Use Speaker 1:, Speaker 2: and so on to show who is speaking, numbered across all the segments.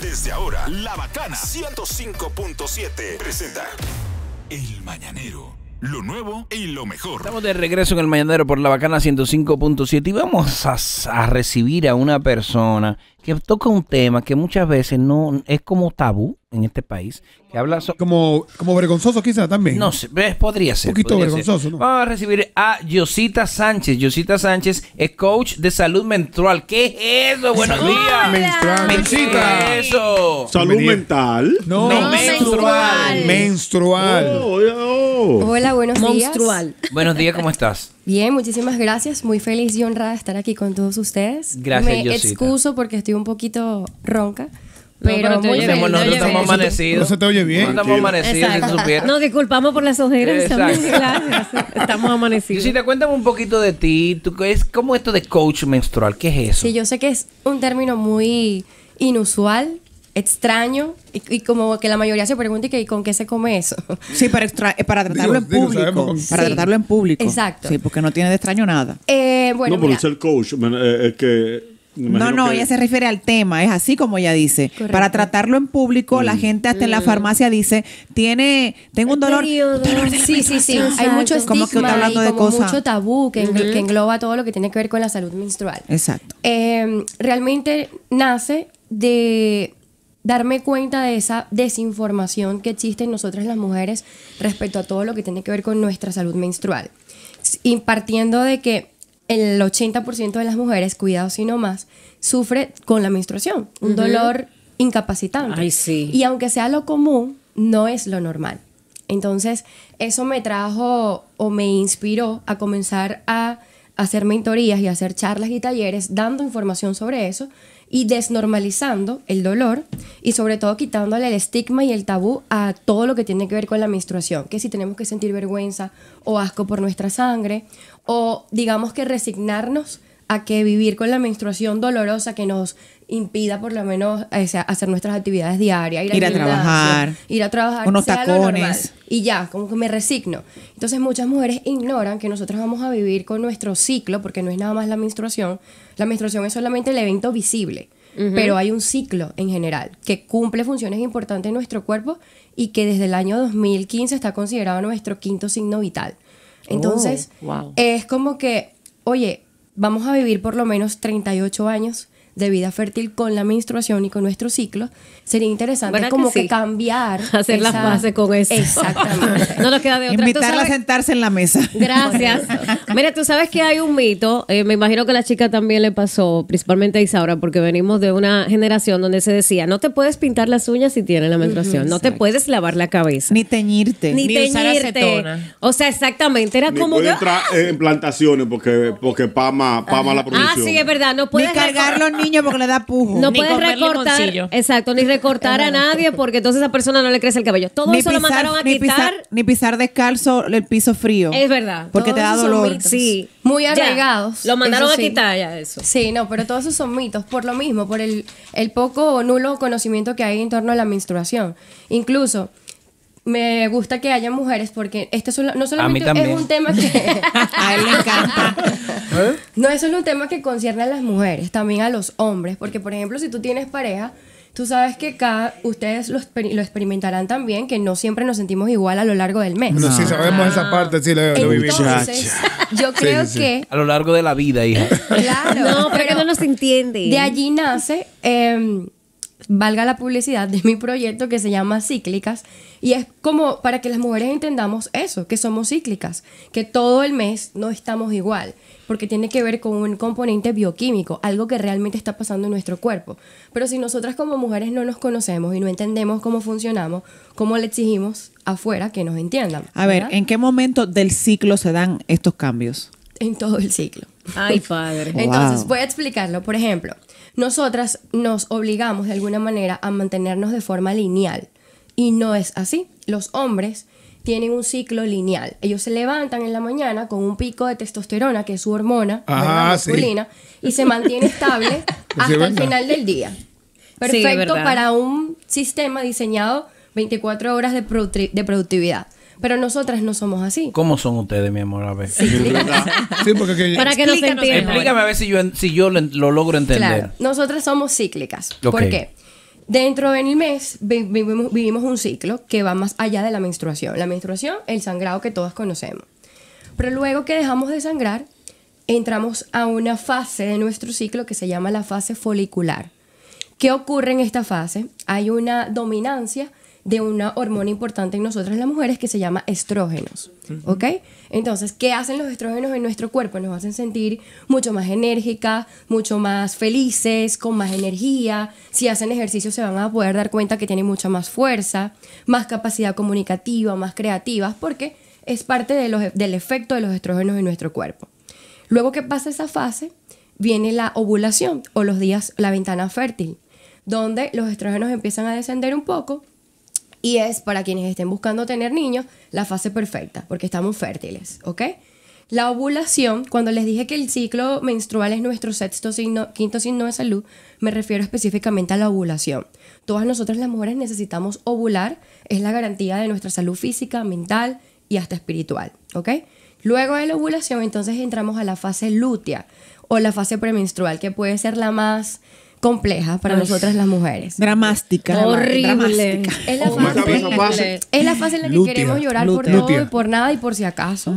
Speaker 1: Desde ahora, La Bacana 105.7 presenta El Mañanero. Lo nuevo y lo mejor.
Speaker 2: Estamos de regreso en el Mañanero por la Bacana 105.7 y vamos a, a recibir a una persona que toca un tema que muchas veces no es como tabú en este país, que habla so-
Speaker 3: Como, como vergonzoso quizá también.
Speaker 2: no sé, ves, podría ser.
Speaker 3: Un poquito
Speaker 2: podría ser.
Speaker 3: vergonzoso, ¿no?
Speaker 2: Vamos a recibir a Yosita Sánchez. Yosita Sánchez es coach de salud menstrual. ¿Qué es eso? Buenos días.
Speaker 3: Menstrual.
Speaker 2: ¿Qué
Speaker 3: Menstrual.
Speaker 2: es eso?
Speaker 4: Salud
Speaker 3: Bienvenida.
Speaker 4: mental.
Speaker 3: No,
Speaker 2: No,
Speaker 3: menstrual.
Speaker 2: menstrual.
Speaker 3: Menstrual.
Speaker 4: Oh, oh.
Speaker 5: Hola, buenos días.
Speaker 6: Monstrual.
Speaker 2: Buenos días, ¿cómo estás?
Speaker 5: Bien, muchísimas gracias. Muy feliz y honrada de estar aquí con todos ustedes.
Speaker 2: Gracias,
Speaker 5: Me
Speaker 2: Diosita.
Speaker 5: excuso porque estoy un poquito ronca, pero,
Speaker 6: pero te
Speaker 5: muy
Speaker 6: oye
Speaker 5: feliz.
Speaker 6: bien,
Speaker 2: nosotros
Speaker 6: oye
Speaker 2: estamos
Speaker 6: bien.
Speaker 2: amanecidos.
Speaker 3: No se te oye bien.
Speaker 2: Nosotros Estamos amanecidos, si
Speaker 6: Exacto.
Speaker 2: supieras.
Speaker 6: Nos disculpamos por las ojeras también, gracias. Estamos amanecidos.
Speaker 2: Yosita, cuéntame un poquito de ti. ¿Tú, qué es, ¿Cómo esto de coach menstrual? ¿Qué es eso?
Speaker 5: Sí, yo sé que es un término muy inusual, extraño y, y como que la mayoría se pregunta y que ¿y con qué se come eso.
Speaker 7: Sí, para, extra- eh, para tratarlo
Speaker 3: Digo,
Speaker 7: en
Speaker 3: digo,
Speaker 7: público.
Speaker 3: sabemos con-
Speaker 7: para
Speaker 5: Sí.
Speaker 7: tratarlo en público.
Speaker 5: Exacto.
Speaker 7: Sí, porque no tiene de extraño nada.
Speaker 5: Eh, bueno,
Speaker 4: no, por
Speaker 5: mira,
Speaker 4: ser coach, man, eh, eh, que. me
Speaker 7: No,
Speaker 4: imagino
Speaker 7: no,
Speaker 4: que-
Speaker 7: ella se refiere al tema, es así como ella dice.
Speaker 5: Correcto.
Speaker 7: Para tratarlo en público,
Speaker 4: Mm.
Speaker 7: la gente hasta en la farmacia dice, tiene, tengo un dolor.
Speaker 6: Mm. Este Periodo.
Speaker 5: Sí, sí, sí. Hay
Speaker 6: Exacto.
Speaker 5: mucho estigma
Speaker 7: Como que está hablando
Speaker 5: y
Speaker 7: de
Speaker 5: como
Speaker 7: cosas.
Speaker 5: mucho tabú que, englo- que engloba todo lo que tiene que ver con la salud menstrual.
Speaker 7: Exacto.
Speaker 5: Eh, realmente nace de darme cuenta de esa desinformación que existe en nosotras las mujeres respecto a todo lo que tiene que ver con nuestra salud menstrual. S- Y partiendo de que el 80% de las mujeres, cuidado si no más, sufre con la menstruación, un dolor incapacitante.
Speaker 6: Ay, sí.
Speaker 5: Y aunque sea lo común, no es lo normal. Entonces, eso me trajo o me inspiró a comenzar a hacer mentorías y a hacer charlas y talleres dando información sobre eso y desnormalizando el dolor y sobre todo quitándole el estigma y el tabú a todo lo que tiene que ver con la menstruación, que si tenemos que sentir vergüenza o asco por nuestra sangre o digamos que resignarnos a que vivir con la menstruación dolorosa que nos impida por lo menos eh, sea, hacer nuestras actividades diarias, ir, al
Speaker 7: Ir a
Speaker 5: gimnasio,
Speaker 7: trabajar,
Speaker 5: ir a trabajar,
Speaker 7: unos
Speaker 5: sea lo
Speaker 7: tacones.
Speaker 5: normal, y ya, como que me resigno. Entonces muchas mujeres ignoran que nosotros vamos a vivir con nuestro ciclo, porque no es nada más la menstruación, la menstruación es solamente el evento visible. Pero hay un ciclo en general que cumple funciones importantes en nuestro cuerpo y que desde el año 2015 está considerado nuestro quinto signo vital. Entonces,
Speaker 6: Oh, wow.
Speaker 5: es como que, oye, vamos a vivir por lo menos 38 años de vida fértil con la menstruación y con nuestro ciclo. Sería interesante
Speaker 6: ¿Verdad que
Speaker 5: como que,
Speaker 6: sí?
Speaker 5: cambiar.
Speaker 6: Hacer las
Speaker 5: esa-
Speaker 6: bases con eso.
Speaker 5: Exactamente.
Speaker 6: no nos queda de otra. Tú
Speaker 7: Invitarla a
Speaker 6: sabes-
Speaker 7: sentarse en la mesa.
Speaker 6: Gracias. Mira, tú sabes que hay un mito, eh, me imagino que a la chica también le pasó, principalmente a Isaura, porque venimos de una generación donde se decía, no te puedes pintar las uñas si tienes la menstruación, no te puedes lavar la cabeza,
Speaker 7: Ni teñirte.
Speaker 6: ni,
Speaker 7: Ni usar
Speaker 6: teñirte.
Speaker 7: acetona.
Speaker 6: O sea, exactamente, era
Speaker 4: Ni
Speaker 6: como...
Speaker 4: puede
Speaker 6: que,
Speaker 4: entrar en plantaciones porque, porque pama, pama la
Speaker 6: ah,
Speaker 4: producción.
Speaker 6: sí, es verdad, no
Speaker 7: Ni
Speaker 6: puedes...
Speaker 7: cargar los niños porque le da pujo.
Speaker 6: No
Speaker 7: Ni-
Speaker 6: puedes
Speaker 8: comer
Speaker 6: recortar,
Speaker 8: limoncillo.
Speaker 6: exacto, ni recortar a nadie porque entonces a esa persona no le crece el cabello. Todo eso lo mandaron a
Speaker 7: ni pisar,
Speaker 6: quitar.
Speaker 7: ni pisar descalzo el piso frío.
Speaker 6: Es verdad.
Speaker 7: Porque te
Speaker 5: Todos
Speaker 7: da
Speaker 5: esos
Speaker 7: dolor.
Speaker 5: mitos.
Speaker 6: Sí.
Speaker 5: Muy
Speaker 6: Ya,
Speaker 5: arraigados.
Speaker 6: Lo mandaron
Speaker 5: eso
Speaker 6: a
Speaker 5: sí.
Speaker 6: quitar ya eso.
Speaker 5: Sí, no, pero todos esos son mitos, por lo mismo, por el, el poco o nulo conocimiento que hay en torno a la menstruación. Incluso, me gusta que haya mujeres porque este solo- no solamente
Speaker 2: también.
Speaker 5: es un tema que...
Speaker 7: A él le encanta.
Speaker 3: ¿Eh?
Speaker 5: No es solo un tema que concierne a las mujeres, también a los hombres, porque por ejemplo, si tú tienes pareja, tú sabes que cada ustedes lo, exper- lo experimentarán también, que no siempre nos sentimos igual a lo largo del mes.
Speaker 3: No, sí, sabemos esa parte, sí, lo, lo vivimos.
Speaker 5: Entonces, yo creo
Speaker 3: sí, sí.
Speaker 5: que
Speaker 2: A lo largo de la vida, hija.
Speaker 5: claro,
Speaker 6: No, pero que no nos entiende.
Speaker 5: de allí nace eh, valga la publicidad de mi proyecto que se llama Cíclicas y es como para que las mujeres entendamos eso, que somos cíclicas, que todo el mes no estamos igual, porque tiene que ver con un componente bioquímico, algo que realmente está pasando en nuestro cuerpo. Pero si nosotras como mujeres no nos conocemos y no entendemos cómo funcionamos, ¿cómo le exigimos afuera que nos entiendan?
Speaker 7: A ver,
Speaker 5: ¿verdad?
Speaker 7: ¿en qué momento del ciclo se dan estos cambios?
Speaker 5: en todo el ciclo.
Speaker 6: Ay, padre.
Speaker 5: Entonces,
Speaker 7: Wow.
Speaker 5: voy a explicarlo. Por ejemplo, nosotras nos obligamos de alguna manera a mantenernos de forma lineal. Y no es así. Los hombres tienen un ciclo lineal. Ellos se levantan en la mañana con un pico de testosterona, que es su hormona
Speaker 3: Ajá,
Speaker 5: ¿verdad?
Speaker 3: sí.
Speaker 5: masculina, y se mantiene estable hasta el
Speaker 3: verdad.
Speaker 5: final del día.
Speaker 6: Sí,
Speaker 5: Perfecto
Speaker 6: verdad.
Speaker 5: para un sistema diseñado 24 horas de, producti- de productividad. Pero nosotras no somos así.
Speaker 2: ¿Cómo son ustedes, mi amor? A ver.
Speaker 3: Sí, porque que-
Speaker 6: Para que nos
Speaker 7: Explícanos,
Speaker 6: entiendan.
Speaker 2: Explícame a ver si yo, en- si yo lo, lo logro entender.
Speaker 5: Claro, nosotras somos cíclicas.
Speaker 2: Ok.
Speaker 5: ¿Por qué? Dentro del mes vi- vivimos, vivimos un ciclo que va más allá de la menstruación. La menstruación, el sangrado que todas conocemos. Pero luego que dejamos de sangrar, entramos a una fase de nuestro ciclo que se llama la fase folicular. ¿Qué ocurre en esta fase? Hay una dominancia de una hormona importante en nosotras las mujeres que se llama estrógenos, ¿ok? Entonces, ¿qué hacen los estrógenos en nuestro cuerpo? Nos hacen sentir mucho más enérgicas, mucho más felices, con más energía. Si hacen ejercicio se van a poder dar cuenta que tienen mucha más fuerza, más capacidad comunicativa, más creativas, porque es parte de los- e, del efecto de los estrógenos en nuestro cuerpo. Luego que pasa esa fase, viene la ovulación o los días, la ventana fértil, donde los estrógenos empiezan a descender un poco y es para quienes estén buscando tener niños la fase perfecta, porque estamos fértiles, ¿ok? La ovulación, cuando les dije que el ciclo menstrual es nuestro sexto signo, quinto signo de salud, me refiero específicamente a la ovulación. Todas nosotras las mujeres necesitamos ovular, es la garantía de nuestra salud física, mental y hasta espiritual, ¿ok? Luego de la ovulación, entonces entramos a la fase lútea o la fase premenstrual, que puede ser la más compleja para nosotras las mujeres.
Speaker 7: Dramática.
Speaker 6: Horrible.
Speaker 7: Dramática.
Speaker 5: Es la
Speaker 4: Oh, más
Speaker 5: fase,
Speaker 4: cabeza pase.
Speaker 5: es la fase en la que
Speaker 3: Lútea,
Speaker 5: queremos llorar
Speaker 3: lútea.
Speaker 5: por todo
Speaker 3: Lútea.
Speaker 5: y por nada y por si acaso.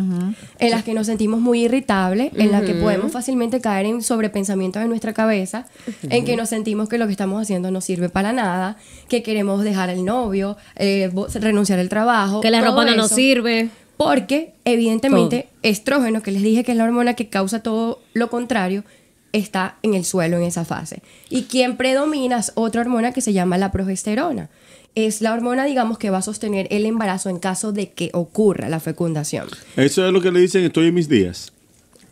Speaker 5: En las que nos sentimos muy irritables, en las que podemos fácilmente caer en sobrepensamientos de nuestra cabeza, en que nos sentimos que lo que estamos haciendo no sirve para nada, que queremos dejar el novio, eh, bo- renunciar al trabajo.
Speaker 6: Que la
Speaker 5: todo
Speaker 6: ropa no nos
Speaker 5: eso.
Speaker 6: sirve.
Speaker 5: Porque, evidentemente, estrógeno, que les dije que es la hormona que causa todo lo contrario, está en el suelo en esa fase. Y quien predomina es otra hormona que se llama la progesterona. Es la hormona, digamos, que va a sostener el embarazo en caso de que ocurra la fecundación.
Speaker 4: Eso es lo que le dicen, estoy en mis días.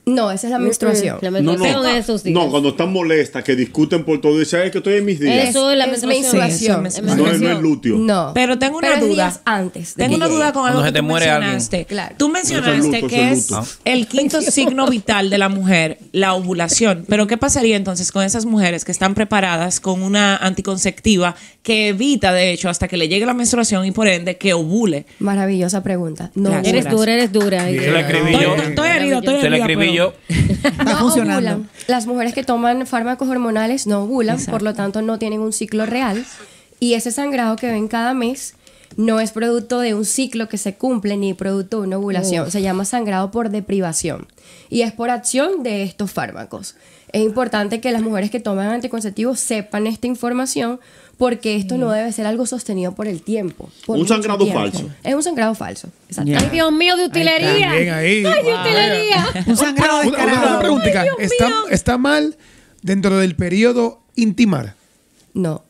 Speaker 5: No, esa es la
Speaker 4: Mm,
Speaker 5: menstruación.
Speaker 6: La
Speaker 4: No,
Speaker 6: menstruación
Speaker 4: no.
Speaker 6: es esos días.
Speaker 4: No, cuando están molestas, que discuten por todo, dicen, es que estoy en mis días.
Speaker 6: Eso es la menstruación.
Speaker 7: Sí, eso es
Speaker 5: Es
Speaker 4: No, no es lúteo.
Speaker 5: No.
Speaker 7: Pero tengo una
Speaker 5: es
Speaker 7: duda.
Speaker 5: días antes. de
Speaker 7: Tengo
Speaker 5: que
Speaker 7: una
Speaker 5: llegue.
Speaker 7: duda con
Speaker 2: Cuando
Speaker 7: algo
Speaker 2: se
Speaker 7: que
Speaker 2: te
Speaker 7: tú
Speaker 2: muere alguien.
Speaker 7: mencionaste.
Speaker 5: Claro.
Speaker 7: Tú
Speaker 4: Eso
Speaker 7: mencionaste
Speaker 4: es luto,
Speaker 7: que
Speaker 4: eso es
Speaker 7: es
Speaker 4: luto.
Speaker 7: el quinto signo vital de la mujer, la ovulación. Pero ¿qué pasaría entonces con esas mujeres que están preparadas con una anticonceptiva que evita, de hecho, hasta que le llegue la menstruación y por ende que ovule?
Speaker 5: Maravillosa pregunta. No,
Speaker 7: Gracias.
Speaker 6: Eres dura, eres dura.
Speaker 2: Se la escribí
Speaker 7: Estoy,
Speaker 2: yo.
Speaker 7: estoy herida, estoy
Speaker 2: Se la
Speaker 7: herida,
Speaker 2: escribí
Speaker 7: pero-
Speaker 2: yo.
Speaker 7: Está
Speaker 5: no
Speaker 7: funcionando.
Speaker 5: ovulan. Las mujeres que toman fármacos hormonales no ovulan, por lo tanto no tienen un ciclo real. Y ese sangrado que ven cada mes no es producto de un ciclo que se cumple ni producto de una ovulación. Se llama sangrado por deprivación. Y es por acción de estos fármacos. Es importante que las mujeres que toman anticonceptivos sepan esta información porque esto
Speaker 7: Mm.
Speaker 5: no debe ser algo sostenido por el tiempo. por
Speaker 4: Un
Speaker 5: mucho
Speaker 4: sangrado
Speaker 5: tiempo.
Speaker 4: falso.
Speaker 5: Es un sangrado falso. Exacto.
Speaker 6: Ay, Dios mío, de utilería.
Speaker 3: Bien ahí.
Speaker 6: Ay, de
Speaker 3: Wow.
Speaker 6: utilería.
Speaker 7: Un sangrado
Speaker 3: Una- una-
Speaker 7: descarado.
Speaker 3: Una preguntita.
Speaker 6: Ay, Dios
Speaker 3: ¿Está,
Speaker 6: mío.
Speaker 3: ¿Está mal dentro del periodo intimar?
Speaker 5: No,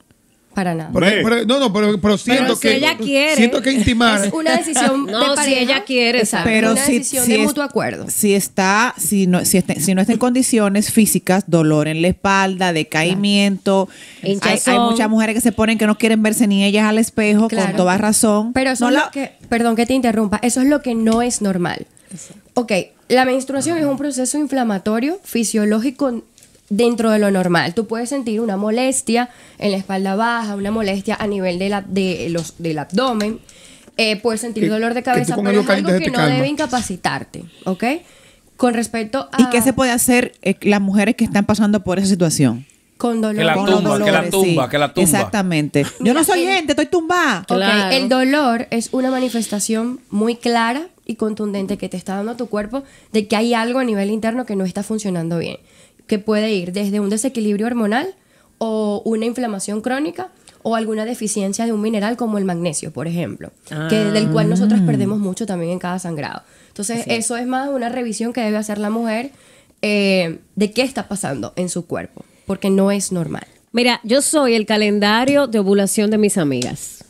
Speaker 5: para nada.
Speaker 3: Porque-
Speaker 4: Ve.
Speaker 3: pero- no, no, pero, pero siento
Speaker 6: si
Speaker 3: que.
Speaker 6: ella quiere.
Speaker 3: Siento que intimar.
Speaker 5: Es una decisión
Speaker 6: No,
Speaker 5: de
Speaker 6: si
Speaker 5: pareja.
Speaker 6: ella quiere,
Speaker 5: Exacto,
Speaker 7: Pero
Speaker 5: una
Speaker 7: si,
Speaker 5: decisión
Speaker 7: si
Speaker 5: de
Speaker 7: es-
Speaker 5: mutuo acuerdo.
Speaker 7: Si está, si no, si, este- si no está en condiciones físicas, dolor en la espalda, decaimiento. Hay,
Speaker 6: Hinchazón.
Speaker 7: hay muchas mujeres que se ponen que no quieren verse ni ellas al espejo,
Speaker 5: Claro.
Speaker 7: con toda razón.
Speaker 5: Pero eso
Speaker 7: No
Speaker 5: es
Speaker 7: la-
Speaker 5: lo que, perdón que te interrumpa, eso es lo que no es normal. Ok, la menstruación es un proceso inflamatorio fisiológico dentro de lo normal. Tú puedes sentir una molestia en la espalda baja, una molestia a nivel de la- de los, del abdomen, eh, puedes sentir
Speaker 3: Que-
Speaker 5: dolor de
Speaker 3: que tú
Speaker 5: cabeza,
Speaker 3: con
Speaker 5: pero
Speaker 3: algo
Speaker 5: es algo
Speaker 3: caliente se
Speaker 5: que
Speaker 3: te
Speaker 5: no
Speaker 3: calma.
Speaker 5: debe incapacitarte, ¿ok? Con respecto a...
Speaker 7: ¿Y qué se puede hacer eh, las mujeres que están pasando por esa situación?
Speaker 5: Con dolor.
Speaker 2: Que la
Speaker 7: Con
Speaker 2: tumba,
Speaker 7: los
Speaker 2: que la
Speaker 7: dolores,
Speaker 2: tumba,
Speaker 7: sí.
Speaker 2: que la tumba.
Speaker 7: Exactamente. Yo
Speaker 5: Mira,
Speaker 7: no soy
Speaker 5: el-
Speaker 7: gente, estoy tumbada.
Speaker 5: Ok,
Speaker 6: Claro.
Speaker 5: El dolor es una manifestación muy clara y contundente que te está dando tu cuerpo de que hay algo a nivel interno que no está funcionando bien, que puede ir desde un desequilibrio hormonal o una inflamación crónica o alguna deficiencia de un mineral como el magnesio, por ejemplo, que del cual nosotros perdemos mucho también en cada sangrado. Entonces, eso es más una revisión que debe hacer la mujer eh, de qué está pasando en su cuerpo, porque no es normal.
Speaker 6: Mira, yo soy el calendario de ovulación de mis amigas.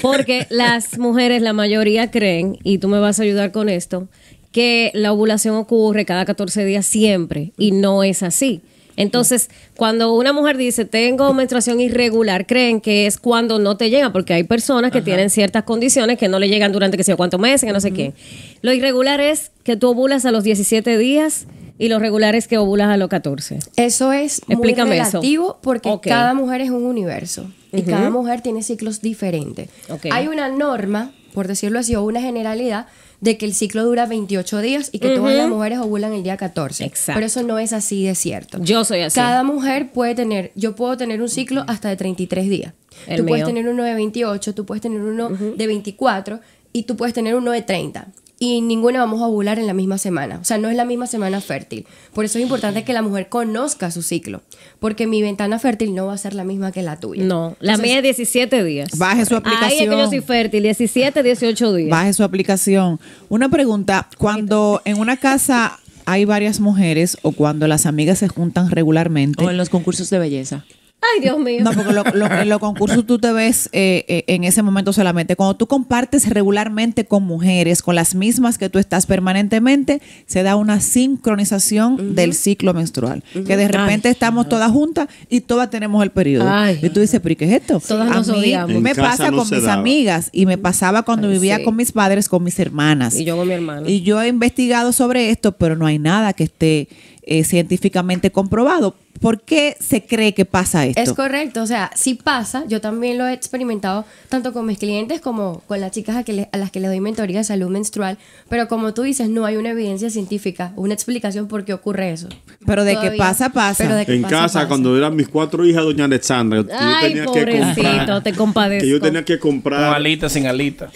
Speaker 6: Porque las mujeres, la mayoría creen, y tú me vas a ayudar con esto, que la ovulación ocurre cada 14 días siempre, y no es así. Entonces, cuando una mujer dice, tengo menstruación irregular, creen que es cuando no te llega, porque hay personas que tienen ciertas condiciones que no le llegan durante que sé yo cuántos meses, que no sé qué. Lo irregular es que tú ovulas a los 17 días y lo regular es que ovulas a los 14.
Speaker 5: Eso es
Speaker 6: Explícame
Speaker 5: muy
Speaker 6: eso.
Speaker 5: relativo porque
Speaker 6: Ok.
Speaker 5: cada mujer es un universo y cada mujer tiene ciclos diferentes.
Speaker 6: Ok.
Speaker 5: Hay una norma, por decirlo así, o una generalidad de que el ciclo dura 28 días y que todas las mujeres ovulan el día 14.
Speaker 6: Exacto.
Speaker 5: Pero eso no es así de cierto.
Speaker 6: Yo soy así.
Speaker 5: Cada mujer puede tener, yo puedo tener un ciclo hasta de 33 días.
Speaker 6: El
Speaker 5: tú puedes
Speaker 6: mío.
Speaker 5: tener uno de 28, tú puedes tener uno de 24 y tú puedes tener uno de 30. Y ninguna vamos a ovular en la misma semana. O sea, no es la misma semana fértil. Por eso es importante que la mujer conozca su ciclo. Porque mi ventana fértil no va a ser la misma que la tuya.
Speaker 6: No, la
Speaker 5: Entonces,
Speaker 6: mía es 17 días.
Speaker 8: Baje su
Speaker 6: Ahí es que yo soy
Speaker 8: aplicación.
Speaker 6: fértil, 17, 18 días.
Speaker 8: Baje su aplicación. Una pregunta, cuando en una casa hay varias mujeres o cuando las amigas se juntan regularmente.
Speaker 7: O en los concursos de belleza.
Speaker 6: Ay, Dios mío.
Speaker 8: No, porque lo- lo- en los concursos tú te ves eh, eh, en ese momento solamente. Cuando tú compartes regularmente con mujeres, con las mismas que tú estás permanentemente, se da una sincronización del ciclo menstrual. Que de repente estamos todas juntas y todas tenemos el periodo.
Speaker 6: Ay.
Speaker 8: Y tú dices, pero ¿y qué es esto?
Speaker 6: Todas
Speaker 8: A
Speaker 6: nos
Speaker 8: mí
Speaker 6: odiamos.
Speaker 4: En
Speaker 8: Me
Speaker 4: casa
Speaker 8: pasa
Speaker 4: no
Speaker 8: con
Speaker 4: se
Speaker 8: mis
Speaker 4: daba.
Speaker 8: amigas y me pasaba cuando
Speaker 6: Ay,
Speaker 8: vivía
Speaker 6: sí.
Speaker 8: con mis padres, con mis hermanas.
Speaker 6: Y yo con mi hermana.
Speaker 8: Y yo he investigado sobre esto, pero no hay nada que esté eh, científicamente comprobado. ¿Por qué se cree que pasa esto?
Speaker 5: Es correcto, o sea, sí pasa, yo también lo he experimentado tanto con mis clientes como con las chicas a, que le- a las que les doy mentoría de salud menstrual, pero como tú dices, no hay una evidencia científica, una explicación por qué ocurre eso.
Speaker 8: Pero de que
Speaker 5: Todavía.
Speaker 8: pasa, pasa.
Speaker 5: Pero de que
Speaker 4: En
Speaker 5: pasa,
Speaker 4: casa,
Speaker 5: pasa.
Speaker 4: cuando eran mis cuatro hijas, doña Alexandra, yo, yo
Speaker 6: Ay,
Speaker 4: tenía que
Speaker 6: pobrecito,
Speaker 4: comprar.
Speaker 6: te compadezco.
Speaker 4: Que yo tenía que
Speaker 2: Con
Speaker 4: comprar.
Speaker 2: alita, sin alita.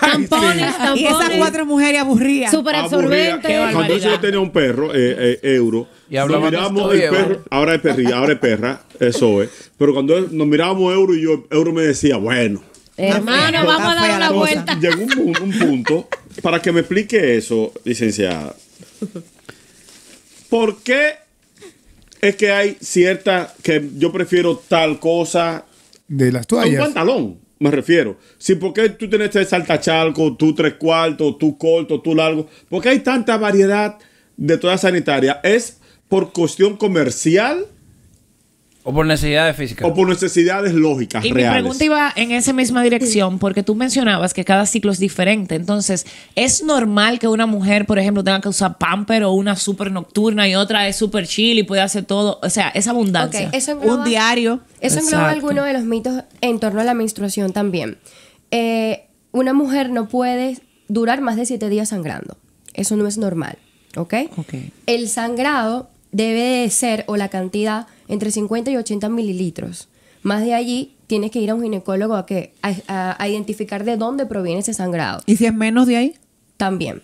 Speaker 6: Tampones, tampones.
Speaker 8: y esas cuatro mujeres aburridas.
Speaker 6: Super
Speaker 4: aburrida.
Speaker 6: absorbente.
Speaker 4: Cuando yo tenía un perro, eh, eh, euro,
Speaker 2: Y hablaba
Speaker 4: nos
Speaker 2: de
Speaker 4: mirábamos
Speaker 2: historia,
Speaker 4: el perro,
Speaker 2: ¿verdad?
Speaker 4: ahora es perrilla, ahora es perra, eso es. Pero cuando nos mirábamos euro y yo, euro me decía, bueno.
Speaker 6: Hermano, vamos a
Speaker 8: Está fea
Speaker 6: dar
Speaker 8: la
Speaker 6: una
Speaker 8: cosa.
Speaker 6: vuelta.
Speaker 4: Llegó un, pu- un punto para que me explique eso, licenciada. ¿Por qué es que hay cierta que yo prefiero tal cosa
Speaker 3: De las
Speaker 4: un
Speaker 3: toallas.
Speaker 4: pantalón, me refiero. Si porque tú tienes tres saltachalco, tú tres cuartos, tú corto, tú largo, porque hay tanta variedad de toda sanitaria, ¿es por cuestión comercial
Speaker 2: O por necesidades físicas.
Speaker 4: o por necesidades lógicas
Speaker 7: Y mi
Speaker 4: reales?
Speaker 7: pregunta iba en esa misma dirección, porque tú mencionabas que cada ciclo es diferente. Entonces, ¿es normal que una mujer, por ejemplo, tenga que usar pamper o una súper nocturna y otra es súper chill y puede hacer todo? O sea, es abundancia.
Speaker 5: Ok, eso engloba-
Speaker 8: un diario.
Speaker 5: Eso engloba
Speaker 7: Exacto.
Speaker 5: algunos de los mitos en torno a la menstruación también. Eh, una mujer no puede durar más de siete días sangrando. Eso no es normal, ¿ok?
Speaker 7: Ok.
Speaker 5: El sangrado debe de ser, o la cantidad, entre 50 y 80 mililitros. Más de allí, tienes que ir a un ginecólogo a, que, a- a- a identificar de dónde proviene ese sangrado
Speaker 8: ¿Y si es menos de ahí?
Speaker 5: también.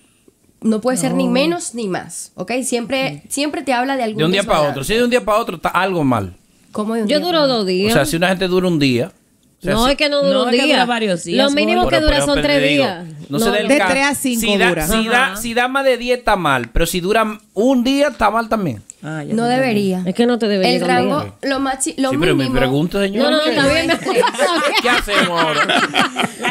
Speaker 5: No puede ser ni menos ni más, ¿ok? Siempre, siempre te habla de algún
Speaker 2: De un día para otro.
Speaker 5: desbalance.
Speaker 2: Si de un día para otro está algo mal.
Speaker 5: ¿Cómo de un
Speaker 6: Yo
Speaker 5: día
Speaker 6: duro
Speaker 5: para
Speaker 6: dos
Speaker 2: O
Speaker 6: días.
Speaker 2: sea, si una gente dura un día. o sea,
Speaker 6: no,
Speaker 2: si-
Speaker 6: es que no dura
Speaker 7: No,
Speaker 6: un
Speaker 7: es que
Speaker 6: día.
Speaker 7: dura varios días,
Speaker 6: Lo mínimo
Speaker 7: Bol.
Speaker 6: que
Speaker 2: Pero-
Speaker 6: dura
Speaker 2: pero-
Speaker 6: son
Speaker 2: pero
Speaker 6: tres
Speaker 2: te digo,
Speaker 6: días.
Speaker 2: No, se dé el
Speaker 8: De
Speaker 2: caso.
Speaker 8: tres a cinco
Speaker 2: si da,
Speaker 8: dura.
Speaker 2: Si da, si da más de 10 está mal, pero si dura un día está mal también.
Speaker 7: Ah, ya
Speaker 5: No
Speaker 7: entendí.
Speaker 5: debería.
Speaker 6: Es que no te debería
Speaker 5: El
Speaker 6: conmigo.
Speaker 5: rango, lo, maxi, lo
Speaker 2: sí, pero
Speaker 5: mínimo.
Speaker 2: mi pregunta, señor.
Speaker 6: No, no,
Speaker 2: ¿qué?
Speaker 6: está bien.
Speaker 2: ¿Qué hacemos ahora?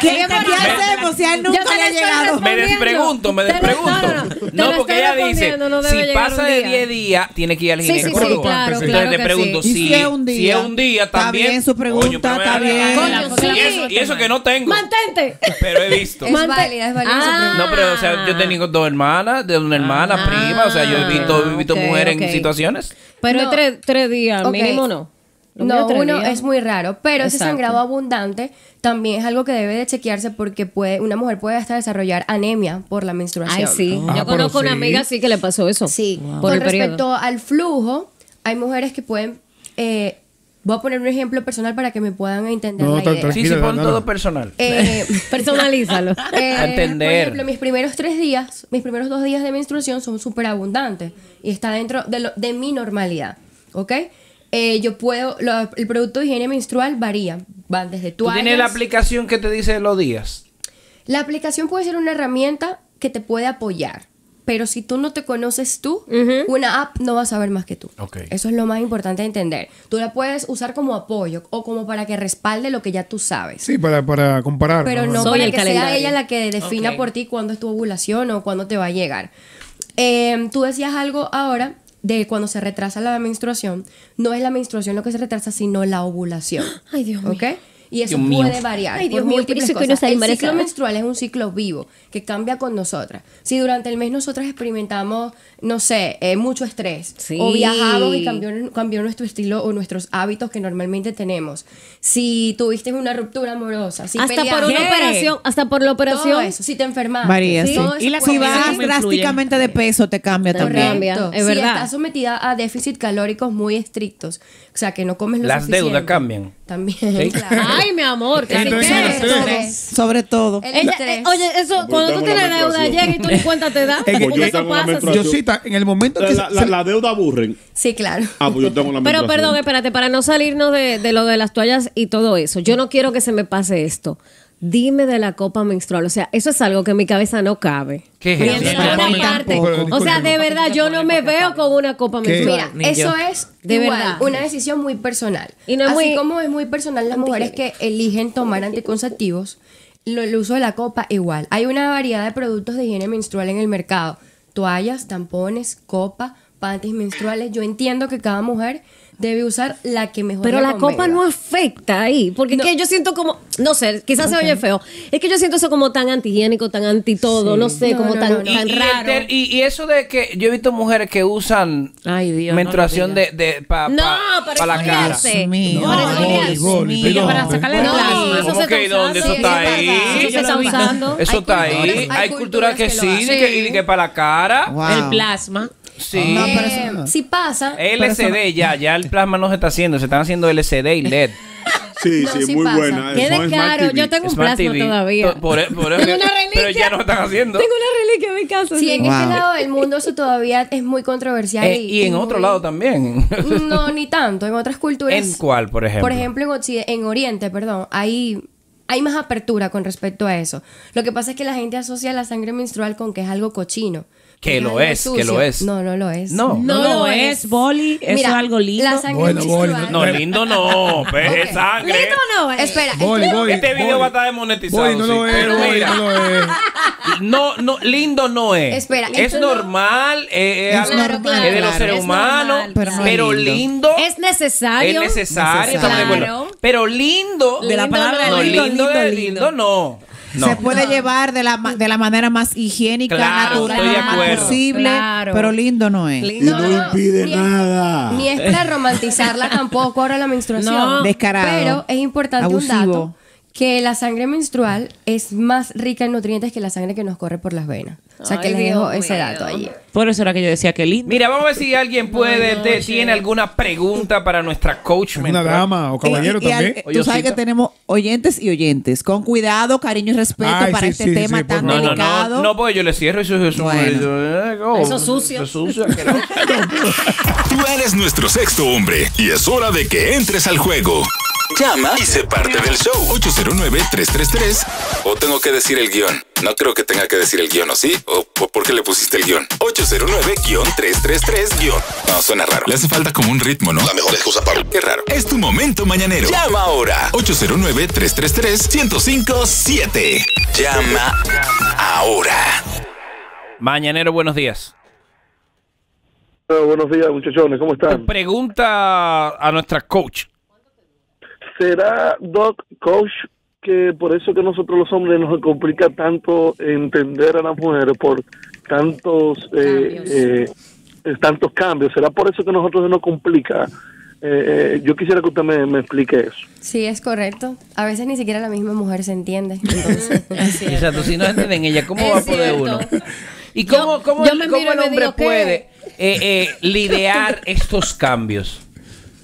Speaker 8: ¿Qué, qué hacemos si a él nunca
Speaker 6: Yo
Speaker 8: le
Speaker 6: te
Speaker 8: ha
Speaker 6: la estoy
Speaker 8: llegado?
Speaker 2: Me despregunto, me
Speaker 6: Te lo-
Speaker 2: despregunto.
Speaker 6: no, no, no, te lo
Speaker 2: No, porque
Speaker 6: estoy
Speaker 2: ella dice,
Speaker 6: respondiendo, no debe
Speaker 2: si
Speaker 6: llegar
Speaker 2: pasa
Speaker 6: un
Speaker 2: de
Speaker 6: día.
Speaker 2: 10 días, tiene que ir al
Speaker 6: Sí, sí, sí,
Speaker 2: ginecólogo.
Speaker 6: claro,
Speaker 2: Entonces
Speaker 6: claro
Speaker 2: te
Speaker 6: que
Speaker 2: pregunto,
Speaker 6: sí.
Speaker 8: ¿Y
Speaker 2: si,
Speaker 8: si es un día?
Speaker 2: es un día,
Speaker 8: Está
Speaker 2: también.
Speaker 8: bien su pregunta,
Speaker 2: Coño, pero me
Speaker 8: está
Speaker 2: da-
Speaker 8: bien.
Speaker 6: Coño, sí.
Speaker 2: Y eso- Y eso que no tengo.
Speaker 6: Mantente.
Speaker 2: Pero he visto.
Speaker 5: Es válida, es válida esa
Speaker 6: Ah.
Speaker 2: No, pero o sea, yo tengo dos hermanas, de una hermana,
Speaker 6: Ah,
Speaker 2: prima, o sea, yo he visto, he visto
Speaker 6: ok,
Speaker 2: mujeres
Speaker 6: ok.
Speaker 2: en situaciones.
Speaker 6: Pero
Speaker 5: No.
Speaker 6: es tres, tres días,
Speaker 5: Ok.
Speaker 6: mínimo no. Lo mío
Speaker 5: No,
Speaker 6: tres
Speaker 5: uno
Speaker 6: días.
Speaker 5: es muy raro, pero ese
Speaker 6: Exacto.
Speaker 5: sangrado abundante también es algo que debe de chequearse porque puede, una mujer puede hasta desarrollar anemia por la menstruación.
Speaker 6: Ay, sí.
Speaker 3: Ah,
Speaker 6: Yo
Speaker 3: pero
Speaker 6: conozco una
Speaker 3: sí.
Speaker 6: amiga sí que le pasó eso.
Speaker 5: Sí.
Speaker 6: Por
Speaker 5: Con
Speaker 6: el periodo.
Speaker 5: respecto al flujo, hay mujeres que pueden. eh, voy a poner un ejemplo personal para que me puedan entender.
Speaker 3: No,
Speaker 5: la
Speaker 3: tan
Speaker 5: idea.
Speaker 3: tranquilo.
Speaker 2: Sí, sí,
Speaker 3: Tranquila,
Speaker 2: pon
Speaker 3: no,
Speaker 2: todo
Speaker 3: no.
Speaker 2: personal.
Speaker 5: Eh,
Speaker 6: Personalízalo.
Speaker 5: Eh,
Speaker 2: A entender.
Speaker 5: Por ejemplo, mis primeros tres días, mis primeros dos días de menstruación son súper abundantes y está dentro de, lo- de mi normalidad, ¿ok? eh, yo puedo, lo- el producto de higiene menstrual varía, van desde
Speaker 2: ¿Tú
Speaker 5: toallas.
Speaker 2: tienes la aplicación que te dice los días?
Speaker 5: La aplicación puede ser una herramienta que te puede apoyar, pero si tú no te conoces tú, una app no va a saber más que tú.
Speaker 2: Ok.
Speaker 5: Eso es lo más importante de entender. Tú la puedes usar como apoyo o como para que respalde lo que ya tú sabes.
Speaker 3: Sí, para, para comparar.
Speaker 5: Pero
Speaker 3: Ajá.
Speaker 5: no
Speaker 6: Soy
Speaker 5: para
Speaker 6: el
Speaker 5: que
Speaker 6: calendario.
Speaker 5: sea ella la que defina
Speaker 7: Ok.
Speaker 5: por ti cuándo es tu ovulación o cuándo te va a llegar. Eh, tú decías algo ahora de cuando se retrasa la menstruación. No es la menstruación lo que se retrasa, sino la ovulación.
Speaker 6: Ay, Dios mío.
Speaker 5: ¿Ok? Y eso
Speaker 2: Dios mío.
Speaker 5: puede variar.
Speaker 6: Ay, Dios
Speaker 5: por
Speaker 6: mío, por
Speaker 5: múltiples
Speaker 6: eso que
Speaker 5: cosas.
Speaker 6: no sale
Speaker 5: el ciclo
Speaker 6: embarazada.
Speaker 5: menstrual es un ciclo vivo que cambia con nosotras. Si durante el mes nosotras experimentamos, no sé, eh, mucho estrés
Speaker 6: Sí.
Speaker 5: o viajamos y cambió, cambió nuestro estilo o nuestros hábitos que normalmente tenemos, si tuviste una ruptura amorosa, si
Speaker 6: hasta por
Speaker 5: peleaste,
Speaker 6: una
Speaker 7: ¿Qué?
Speaker 6: operación, hasta por la
Speaker 5: todo
Speaker 6: operación.
Speaker 5: eso, si te enfermaste,
Speaker 8: María, sí.
Speaker 5: todo eso
Speaker 7: Y la
Speaker 5: puede
Speaker 8: Si
Speaker 7: comida
Speaker 5: ser
Speaker 8: bajas
Speaker 7: me influye.
Speaker 8: drásticamente de peso, te cambia
Speaker 6: Te
Speaker 8: también.
Speaker 6: cambia.
Speaker 5: correcto.
Speaker 6: es
Speaker 5: Si
Speaker 6: verdad.
Speaker 5: estás sometida a déficit calóricos muy estrictos, o sea, que no comes lo
Speaker 2: Las
Speaker 5: suficiente.
Speaker 2: deudas cambian.
Speaker 5: También,
Speaker 2: Sí.
Speaker 5: claro.
Speaker 6: Ay, mi amor, que sí
Speaker 3: Entonces,
Speaker 6: que-
Speaker 3: el estrés.
Speaker 8: Sobre todo.
Speaker 5: El
Speaker 6: Ella-
Speaker 5: estrés.
Speaker 6: eh, oye, eso, cuando tú
Speaker 4: estamos
Speaker 6: tienes
Speaker 4: en la
Speaker 6: deuda,
Speaker 4: menstruación.
Speaker 6: llega y tú ni cuenta te da.
Speaker 4: Pues
Speaker 6: porque
Speaker 4: yo
Speaker 6: eso
Speaker 4: tengo una
Speaker 6: pasa.
Speaker 4: menstruación.
Speaker 3: Yosita, en el momento que
Speaker 4: La,
Speaker 3: se-
Speaker 4: la-
Speaker 3: se-
Speaker 4: la deuda aburren.
Speaker 5: sí, claro.
Speaker 4: Ah, pues yo tengo la
Speaker 6: Pero
Speaker 4: menstruación.
Speaker 6: perdón, espérate, para no salirnos de, de lo de las toallas y todo eso, yo no quiero que se me pase esto. Dime de la copa menstrual, o sea, eso es algo que en mi cabeza no cabe.
Speaker 2: ¿Qué es
Speaker 6: Ni
Speaker 2: eso?
Speaker 6: en ninguna
Speaker 8: Ni a mí
Speaker 6: parte.
Speaker 8: tampoco.
Speaker 6: O sea, de verdad, yo no me veo con una copa
Speaker 3: ¿Qué?
Speaker 6: menstrual.
Speaker 7: Ni
Speaker 5: Eso
Speaker 7: yo.
Speaker 5: es
Speaker 6: De
Speaker 5: igual,
Speaker 6: verdad.
Speaker 5: una decisión muy personal.
Speaker 6: Y no es
Speaker 5: Así
Speaker 6: muy-
Speaker 5: como es muy personal las mujeres que eligen tomar anticonceptivos, lo- el uso de la copa igual. Hay una variedad de productos de higiene menstrual en el mercado. Toallas, tampones, copa, panties menstruales. Yo entiendo que cada mujer debe usar la que mejor
Speaker 6: Pero
Speaker 5: le
Speaker 6: la copa
Speaker 5: convenga.
Speaker 6: no afecta ahí, porque es que yo siento como, no sé, quizás se oye feo, es que yo siento eso como tan antihigiénico, tan anti todo, no sé,
Speaker 5: No,
Speaker 6: como
Speaker 5: no,
Speaker 6: tan,
Speaker 5: no, no.
Speaker 6: tan
Speaker 2: Y- y el
Speaker 6: raro.
Speaker 2: ter- Y, y eso de que yo he visto mujeres que usan
Speaker 7: Ay, Dios, no lo
Speaker 2: menstruación de,
Speaker 7: digas.
Speaker 2: de para
Speaker 6: No, pero
Speaker 2: la
Speaker 6: eso
Speaker 2: cara.
Speaker 6: es-
Speaker 8: Dios mío.
Speaker 6: No,
Speaker 8: Dios
Speaker 6: no,
Speaker 8: mío.
Speaker 3: no,
Speaker 7: para sacarle el
Speaker 6: No,
Speaker 7: plasma.
Speaker 6: eso
Speaker 2: ¿Cómo
Speaker 6: se
Speaker 2: que
Speaker 6: está
Speaker 2: dónde? Eso
Speaker 6: usando.
Speaker 2: está
Speaker 6: Sí,
Speaker 2: ahí.
Speaker 6: es verdad. Eso
Speaker 7: Yo
Speaker 6: se está
Speaker 7: lo vi.
Speaker 6: usando.
Speaker 2: Eso
Speaker 5: Hay
Speaker 2: está ahí. Hay,
Speaker 5: culturas- hay
Speaker 2: culturas que,
Speaker 5: culturas que lo
Speaker 2: sí, y que, y que para la cara.
Speaker 8: Wow.
Speaker 7: El plasma.
Speaker 2: Sí.
Speaker 8: No, pero
Speaker 5: Eh,
Speaker 8: eso no.
Speaker 5: si pasa,
Speaker 6: Eh,
Speaker 2: LCD ya, ya el plasma no se está haciendo, se están haciendo LCD y E LED.
Speaker 4: Sí,
Speaker 5: No,
Speaker 4: sí,
Speaker 5: sí
Speaker 4: muy
Speaker 5: pasa.
Speaker 4: buena.
Speaker 6: Quede
Speaker 4: Son Smart
Speaker 6: claro,
Speaker 4: TV.
Speaker 6: yo tengo un
Speaker 2: Smart
Speaker 6: plasma
Speaker 2: TV.
Speaker 6: todavía.
Speaker 2: To- Por, por-
Speaker 6: Tengo una
Speaker 2: pero ya
Speaker 6: reliquia.
Speaker 2: no lo están haciendo.
Speaker 6: Tengo una reliquia en mi casa.
Speaker 5: si
Speaker 6: sí.
Speaker 5: en este lado del mundo eso todavía es muy controversial.
Speaker 2: Eh, y en
Speaker 5: muy-
Speaker 2: otro lado también.
Speaker 5: No, ni tanto. En otras culturas.
Speaker 2: ¿En cuál, por ejemplo?
Speaker 5: Por ejemplo, en, Occide- en Oriente, perdón, hay, hay más apertura con respecto a eso. Lo que pasa es que la gente asocia la sangre menstrual con que es algo cochino.
Speaker 2: Que
Speaker 5: es
Speaker 2: lo
Speaker 5: algo
Speaker 2: es, que lo
Speaker 5: sucio.
Speaker 2: es.
Speaker 5: No, no lo es.
Speaker 2: No.
Speaker 7: No, lo es, Boli. Eso
Speaker 5: Mira,
Speaker 7: es algo lindo.
Speaker 5: La sangre
Speaker 3: Bueno,
Speaker 5: menstrual.
Speaker 3: bueno,
Speaker 2: No, lindo no, pues es
Speaker 5: Ok.
Speaker 2: sangre.
Speaker 6: Lindo no es.
Speaker 5: Espera,
Speaker 3: Voy,
Speaker 5: espera.
Speaker 3: voy,
Speaker 2: Este video
Speaker 3: voy.
Speaker 2: va a estar desmonetizado.
Speaker 3: Voy, no
Speaker 2: sí.
Speaker 3: lo es,
Speaker 2: Pero
Speaker 3: voy,
Speaker 2: mira,
Speaker 3: no lo es.
Speaker 2: no, no, lindo no es.
Speaker 5: Espera,
Speaker 2: es
Speaker 5: esto no-
Speaker 2: normal, eh, eh,
Speaker 8: Es
Speaker 2: algo-
Speaker 8: normal,
Speaker 2: es de los
Speaker 8: claro.
Speaker 2: seres
Speaker 6: Es
Speaker 2: humanos,
Speaker 6: normal,
Speaker 2: pero,
Speaker 8: pero no es
Speaker 2: lindo.
Speaker 8: lindo.
Speaker 6: Es necesario.
Speaker 2: Es necesario, estamos de
Speaker 6: Claro.
Speaker 2: acuerdo. Pero lindo.
Speaker 7: De la
Speaker 6: Lindo
Speaker 7: palabra
Speaker 2: No,
Speaker 6: es.
Speaker 2: lindo,
Speaker 7: lindo,
Speaker 2: de
Speaker 7: lindo,
Speaker 2: lindo, no. No.
Speaker 8: Se puede llevar de la, ma- de la manera más higiénica,
Speaker 2: Claro,
Speaker 8: natural,
Speaker 2: estoy de
Speaker 8: más
Speaker 2: acuerdo.
Speaker 8: posible,
Speaker 6: Claro.
Speaker 8: pero lindo no es.
Speaker 4: Y no,
Speaker 5: No, no,
Speaker 4: impide
Speaker 5: ni es-
Speaker 4: nada.
Speaker 5: Ni es para romantizarla tampoco ahora la menstruación.
Speaker 8: No. Descarado.
Speaker 5: Pero es importante un dato
Speaker 8: Abusivo.
Speaker 5: que la sangre menstrual es más rica en nutrientes que la sangre que nos corre por las venas. O sea que
Speaker 6: Ay,
Speaker 5: les dejo
Speaker 6: Dios
Speaker 5: ese
Speaker 6: mío.
Speaker 5: dato allí.
Speaker 7: Por eso era que yo decía que lindo.
Speaker 2: Mira, vamos a ver si alguien puede, te- tiene alguna pregunta para nuestra coach
Speaker 3: Una
Speaker 2: mental.
Speaker 3: dama o caballero
Speaker 8: Y- y- y
Speaker 3: también.
Speaker 8: al- tú sabes que tenemos oyentes y oyentes. Con cuidado, cariño y respeto
Speaker 3: Ay,
Speaker 8: para
Speaker 3: sí,
Speaker 8: este
Speaker 3: sí,
Speaker 8: tema
Speaker 3: sí, por
Speaker 8: tan
Speaker 2: No,
Speaker 3: favor.
Speaker 2: no,
Speaker 8: delicado.
Speaker 2: no, no, porque yo le cierro eso es
Speaker 8: Bueno.
Speaker 6: Eso es sucio.
Speaker 1: Tú eres nuestro sexto hombre y es hora de que entres al juego. Llama y se parte del show. 809-333. O tengo que decir el guión. No creo que tenga que decir el guión, ¿o sí? ¿O po- por qué le pusiste el guión? 809-333. guión. No, suena raro. Le hace falta como un ritmo, ¿no? La mejor excusa para... Qué raro. Es tu momento mañanero. Llama ahora. 809-333-1057. Llama ahora.
Speaker 2: Mañanero, buenos días.
Speaker 9: Eh, buenos días, muchachones, ¿cómo están?
Speaker 2: Pregunta a nuestra coach.
Speaker 9: ¿Será Doc Coach que por eso que nosotros los hombres nos complica tanto entender a las mujeres por tantos eh,
Speaker 6: Cambios.
Speaker 9: eh, eh, tantos cambios? ¿Será por eso que nosotros nos complica? Eh, eh, yo quisiera que usted me, me explique eso.
Speaker 5: Sí, es correcto. A veces ni siquiera la misma mujer se entiende. Entonces,
Speaker 2: Exacto, si no entienden ella, ¿cómo
Speaker 6: Es
Speaker 2: va a poder
Speaker 6: cierto.
Speaker 2: uno? ¿Y cómo,
Speaker 6: Yo-
Speaker 2: cómo,
Speaker 6: yo me
Speaker 2: cómo
Speaker 6: miro y
Speaker 2: el
Speaker 6: me
Speaker 2: hombre
Speaker 6: digo, ¿qué?
Speaker 2: puede eh, eh, lidear estos cambios?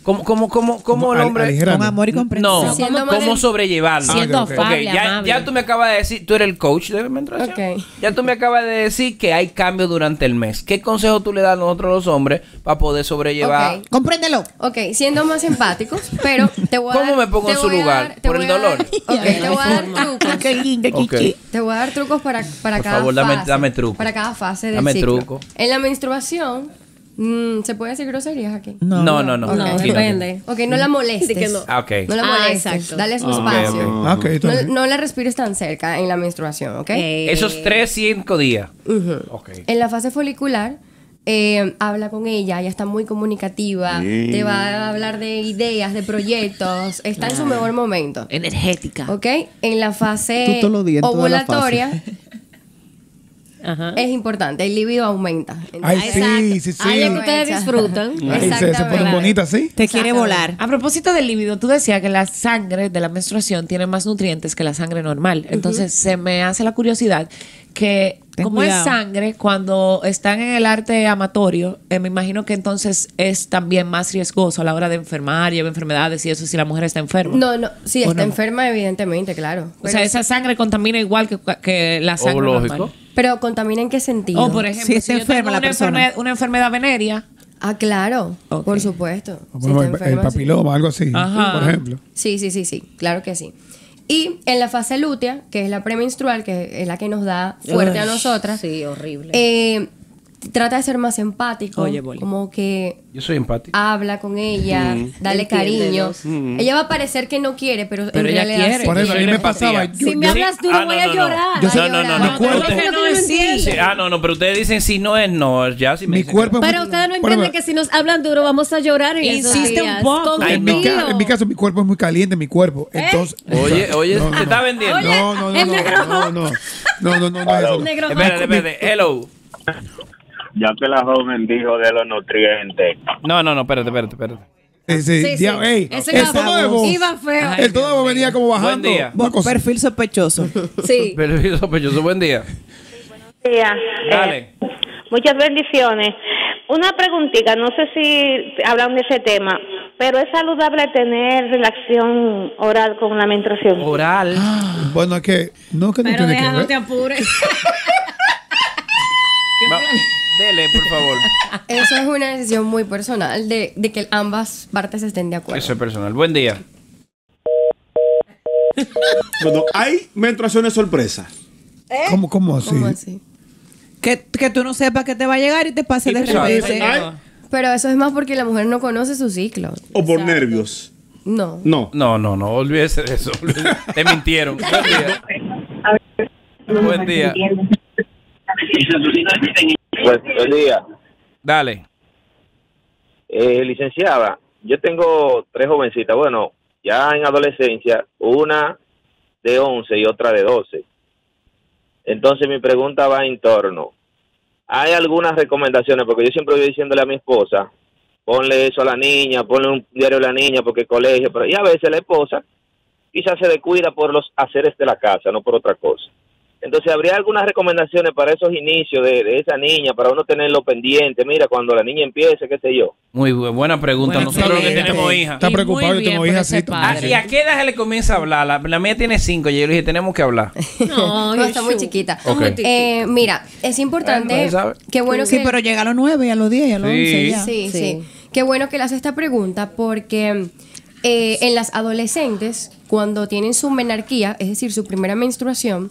Speaker 2: ¿Cómo, cómo, cómo, cómo
Speaker 3: Como
Speaker 2: el
Speaker 3: al-
Speaker 2: hombre.
Speaker 3: aligerando. Con amor y comprensión.
Speaker 2: No,
Speaker 3: Siendo
Speaker 2: ¿cómo,
Speaker 3: más
Speaker 2: cómo
Speaker 3: del-
Speaker 2: sobrellevarlo?
Speaker 3: Siendo
Speaker 2: Ok, ok,
Speaker 3: afable,
Speaker 2: ya,
Speaker 3: amable.
Speaker 2: ya tú me acabas de decir, tú eres el coach de menstruación. Ya tú me acabas de decir que hay cambios durante el mes. ¿Qué consejo tú le das a nosotros los hombres para poder sobrellevar?
Speaker 5: Ok. Ok, siendo más empáticos, pero te voy a
Speaker 2: ¿Cómo
Speaker 5: dar-
Speaker 2: me pongo
Speaker 5: te
Speaker 2: en su
Speaker 5: voy a
Speaker 2: lugar?
Speaker 5: dar- te
Speaker 2: ¿Por el
Speaker 5: voy a dar-
Speaker 2: dolor?
Speaker 5: ok, te voy a dar trucos.
Speaker 2: Ok. chichi.
Speaker 5: Te voy a dar trucos para, para
Speaker 2: Por
Speaker 5: cada
Speaker 2: favor, dame-
Speaker 5: fase.
Speaker 2: dame truco.
Speaker 5: Para cada fase del
Speaker 2: Dame
Speaker 5: ciclo.
Speaker 2: truco.
Speaker 5: En la menstruación, mm, ¿se puede decir groserías aquí?
Speaker 2: No, no, no.
Speaker 5: Ok.
Speaker 2: tranquilo.
Speaker 5: Ok, no la molestes.
Speaker 6: que no.
Speaker 2: Ah, ok.
Speaker 5: No la
Speaker 6: Ah,
Speaker 5: molestes.
Speaker 6: exacto.
Speaker 5: Dale su
Speaker 2: Ah, ok,
Speaker 5: espacio.
Speaker 2: ok.
Speaker 3: Ah, ok, está
Speaker 5: No,
Speaker 3: bien.
Speaker 5: no la respires tan cerca en la menstruación, ¿ok?
Speaker 2: Esos tres, cinco días. Ok.
Speaker 5: En la fase folicular, eh, habla con ella, ella está muy comunicativa,
Speaker 2: Sí.
Speaker 5: te va a hablar de ideas, de proyectos, está en su mejor momento.
Speaker 7: Energética.
Speaker 5: ¿Ok? En la fase
Speaker 8: Tú todos los días, en todas las
Speaker 5: ovulatoria es importante, el libido aumenta.
Speaker 8: Ah,
Speaker 3: Ay, sí, sí, sí. Ay, se, se ponen
Speaker 7: Claro.
Speaker 3: bonitas, ¿sí?
Speaker 7: A propósito del líbido, tú decías que la sangre de la menstruación tiene más nutrientes que la sangre normal. Entonces se me hace la curiosidad que
Speaker 8: Ten
Speaker 7: como
Speaker 8: cuidado.
Speaker 7: es sangre, cuando están en el arte amatorio, eh, me imagino que entonces es también más riesgoso a la hora de enfermar, lleva enfermedades y eso si la mujer está enferma.
Speaker 5: No, no, sí,
Speaker 7: ¿O
Speaker 5: está
Speaker 7: no?
Speaker 5: enferma, evidentemente, claro.
Speaker 7: O sea, esa sangre contamina igual que, que la sangre normal.
Speaker 5: Pero contamina en qué sentido.
Speaker 7: O por ejemplo, si, yo tengo una enfermedad- una enfermedad venérea.
Speaker 5: Ah, claro, por supuesto.
Speaker 3: O
Speaker 5: Si está
Speaker 3: ponemos el, el
Speaker 5: enferma, sí.
Speaker 3: papiloma, algo así,
Speaker 5: Ajá.
Speaker 3: por ejemplo.
Speaker 5: Sí, sí, sí, sí, claro que sí. Y en la fase lútea, que es la premenstrual, que es la que nos da fuerte a
Speaker 6: Uy,
Speaker 5: nosotras. Sí, horrible.
Speaker 6: Eh,
Speaker 5: trata de ser más empático.
Speaker 2: Oye, Boli.
Speaker 5: Como que
Speaker 2: Yo soy empático.
Speaker 5: habla con ella,
Speaker 2: Mm.
Speaker 5: dale cariño.
Speaker 2: Entiéndelos. Mm.
Speaker 5: Ella va a parecer que no quiere, pero,
Speaker 2: Pero
Speaker 5: en
Speaker 2: ella
Speaker 5: realidad
Speaker 2: quiere.
Speaker 5: sí
Speaker 2: Por eso, a mí me pasaba, yo- Si me yo- hablas duro,
Speaker 5: voy a llorar.
Speaker 2: Yo Ah, no, no, no, no.
Speaker 7: que no es
Speaker 2: Sí, Ah, no, no, pero ustedes dicen si no es no. Ya, si me dicen que-
Speaker 6: Pero ustedes no entienden que si nos hablan duro vamos a llorar. en esos
Speaker 7: Insiste un
Speaker 6: días.
Speaker 7: poco.
Speaker 6: Confío.
Speaker 3: En mi, ca- en mi caso, mi cuerpo es muy caliente, mi cuerpo. Entonces,
Speaker 2: Oye, oye,
Speaker 3: No, no,
Speaker 2: te está vendiendo.
Speaker 3: No, no, no,
Speaker 2: El
Speaker 3: no,
Speaker 2: negro.
Speaker 3: no, no, no, no, no, no, eso no.
Speaker 2: Espérate, espérate. Hello.
Speaker 10: Ya que la joven dijo de los nutrientes.
Speaker 2: No, no, no, espérate, espérate, espérate.
Speaker 3: Ese,
Speaker 8: Sí,
Speaker 3: dia-
Speaker 8: sí.
Speaker 3: ey,
Speaker 8: Ese
Speaker 3: el
Speaker 8: era
Speaker 3: tono de
Speaker 8: Davos.
Speaker 3: voz.
Speaker 8: Iba feo. Ay,
Speaker 3: El tono de voz venía como
Speaker 2: Buen
Speaker 3: bajando.
Speaker 2: día.
Speaker 3: Una cosa-
Speaker 8: Perfil sospechoso.
Speaker 6: Sí.
Speaker 2: Pero sospechoso, buen día.
Speaker 11: Tía, eh,
Speaker 2: Dale.
Speaker 11: muchas bendiciones. Una preguntita, no sé si hablan de ese tema, pero es saludable tener relación oral con la menstruación.
Speaker 2: Oral.
Speaker 3: Bueno, es que no que no
Speaker 11: Pero
Speaker 3: tiene que
Speaker 11: déjalo,
Speaker 3: ver.
Speaker 11: te
Speaker 6: apures.
Speaker 2: Va- Dele, por favor.
Speaker 5: Ah, Eso es una decisión muy personal de, de que ambas partes estén de acuerdo.
Speaker 2: Eso es personal. Buen día.
Speaker 4: Bueno, hay menstruaciones sorpresa.
Speaker 3: ¿Cómo, cómo así?
Speaker 8: Que, que tú no sepas que te va a llegar y te pase de repente.
Speaker 5: Pero eso es más porque la mujer no conoce su ciclo.
Speaker 4: O por nervios.
Speaker 5: No.
Speaker 4: No.
Speaker 2: No, no, no. Olvídese de eso. olvídese. Te mintieron. Buen día. Buen día.
Speaker 10: Pues, buen día.
Speaker 2: Dale.
Speaker 10: Eh, licenciada, yo tengo tres jovencitas. Bueno, ya en adolescencia, una de 11 y otra de 12. Entonces mi pregunta va en torno. Hay algunas recomendaciones, porque yo siempre voy diciéndole a mi esposa, ponle eso a la niña, ponle un diario a la niña, porque colegio, pero y a veces la esposa quizás se descuida por los haceres de la casa, no por otra cosa. Entonces, ¿habría algunas recomendaciones para esos inicios de, de esa niña, para uno tenerlo pendiente? Mira, cuando la niña empiece, qué sé yo.
Speaker 2: Muy bu- buena pregunta. Nosotros lo que tenemos hija.
Speaker 3: Está preocupado, yo tengo hija así.
Speaker 2: Ah, ¿Y a qué edad se le comienza a hablar? La, la mía tiene cinco. Y yo le dije, tenemos que hablar.
Speaker 6: Oh,
Speaker 5: No, está muy chiquita.
Speaker 2: Ok.
Speaker 5: Eh, mira, es
Speaker 2: Ah,
Speaker 5: importante.
Speaker 2: no, ¿sabe?
Speaker 5: Qué bueno
Speaker 8: sí,
Speaker 5: que.
Speaker 8: pero llega a los 9 y a los 10 y a los
Speaker 2: Sí.
Speaker 8: 11 ya.
Speaker 5: Sí, sí. Qué bueno que le hace esta pregunta porque eh, en las adolescentes, cuando tienen su menarquía, es decir, su primera menstruación,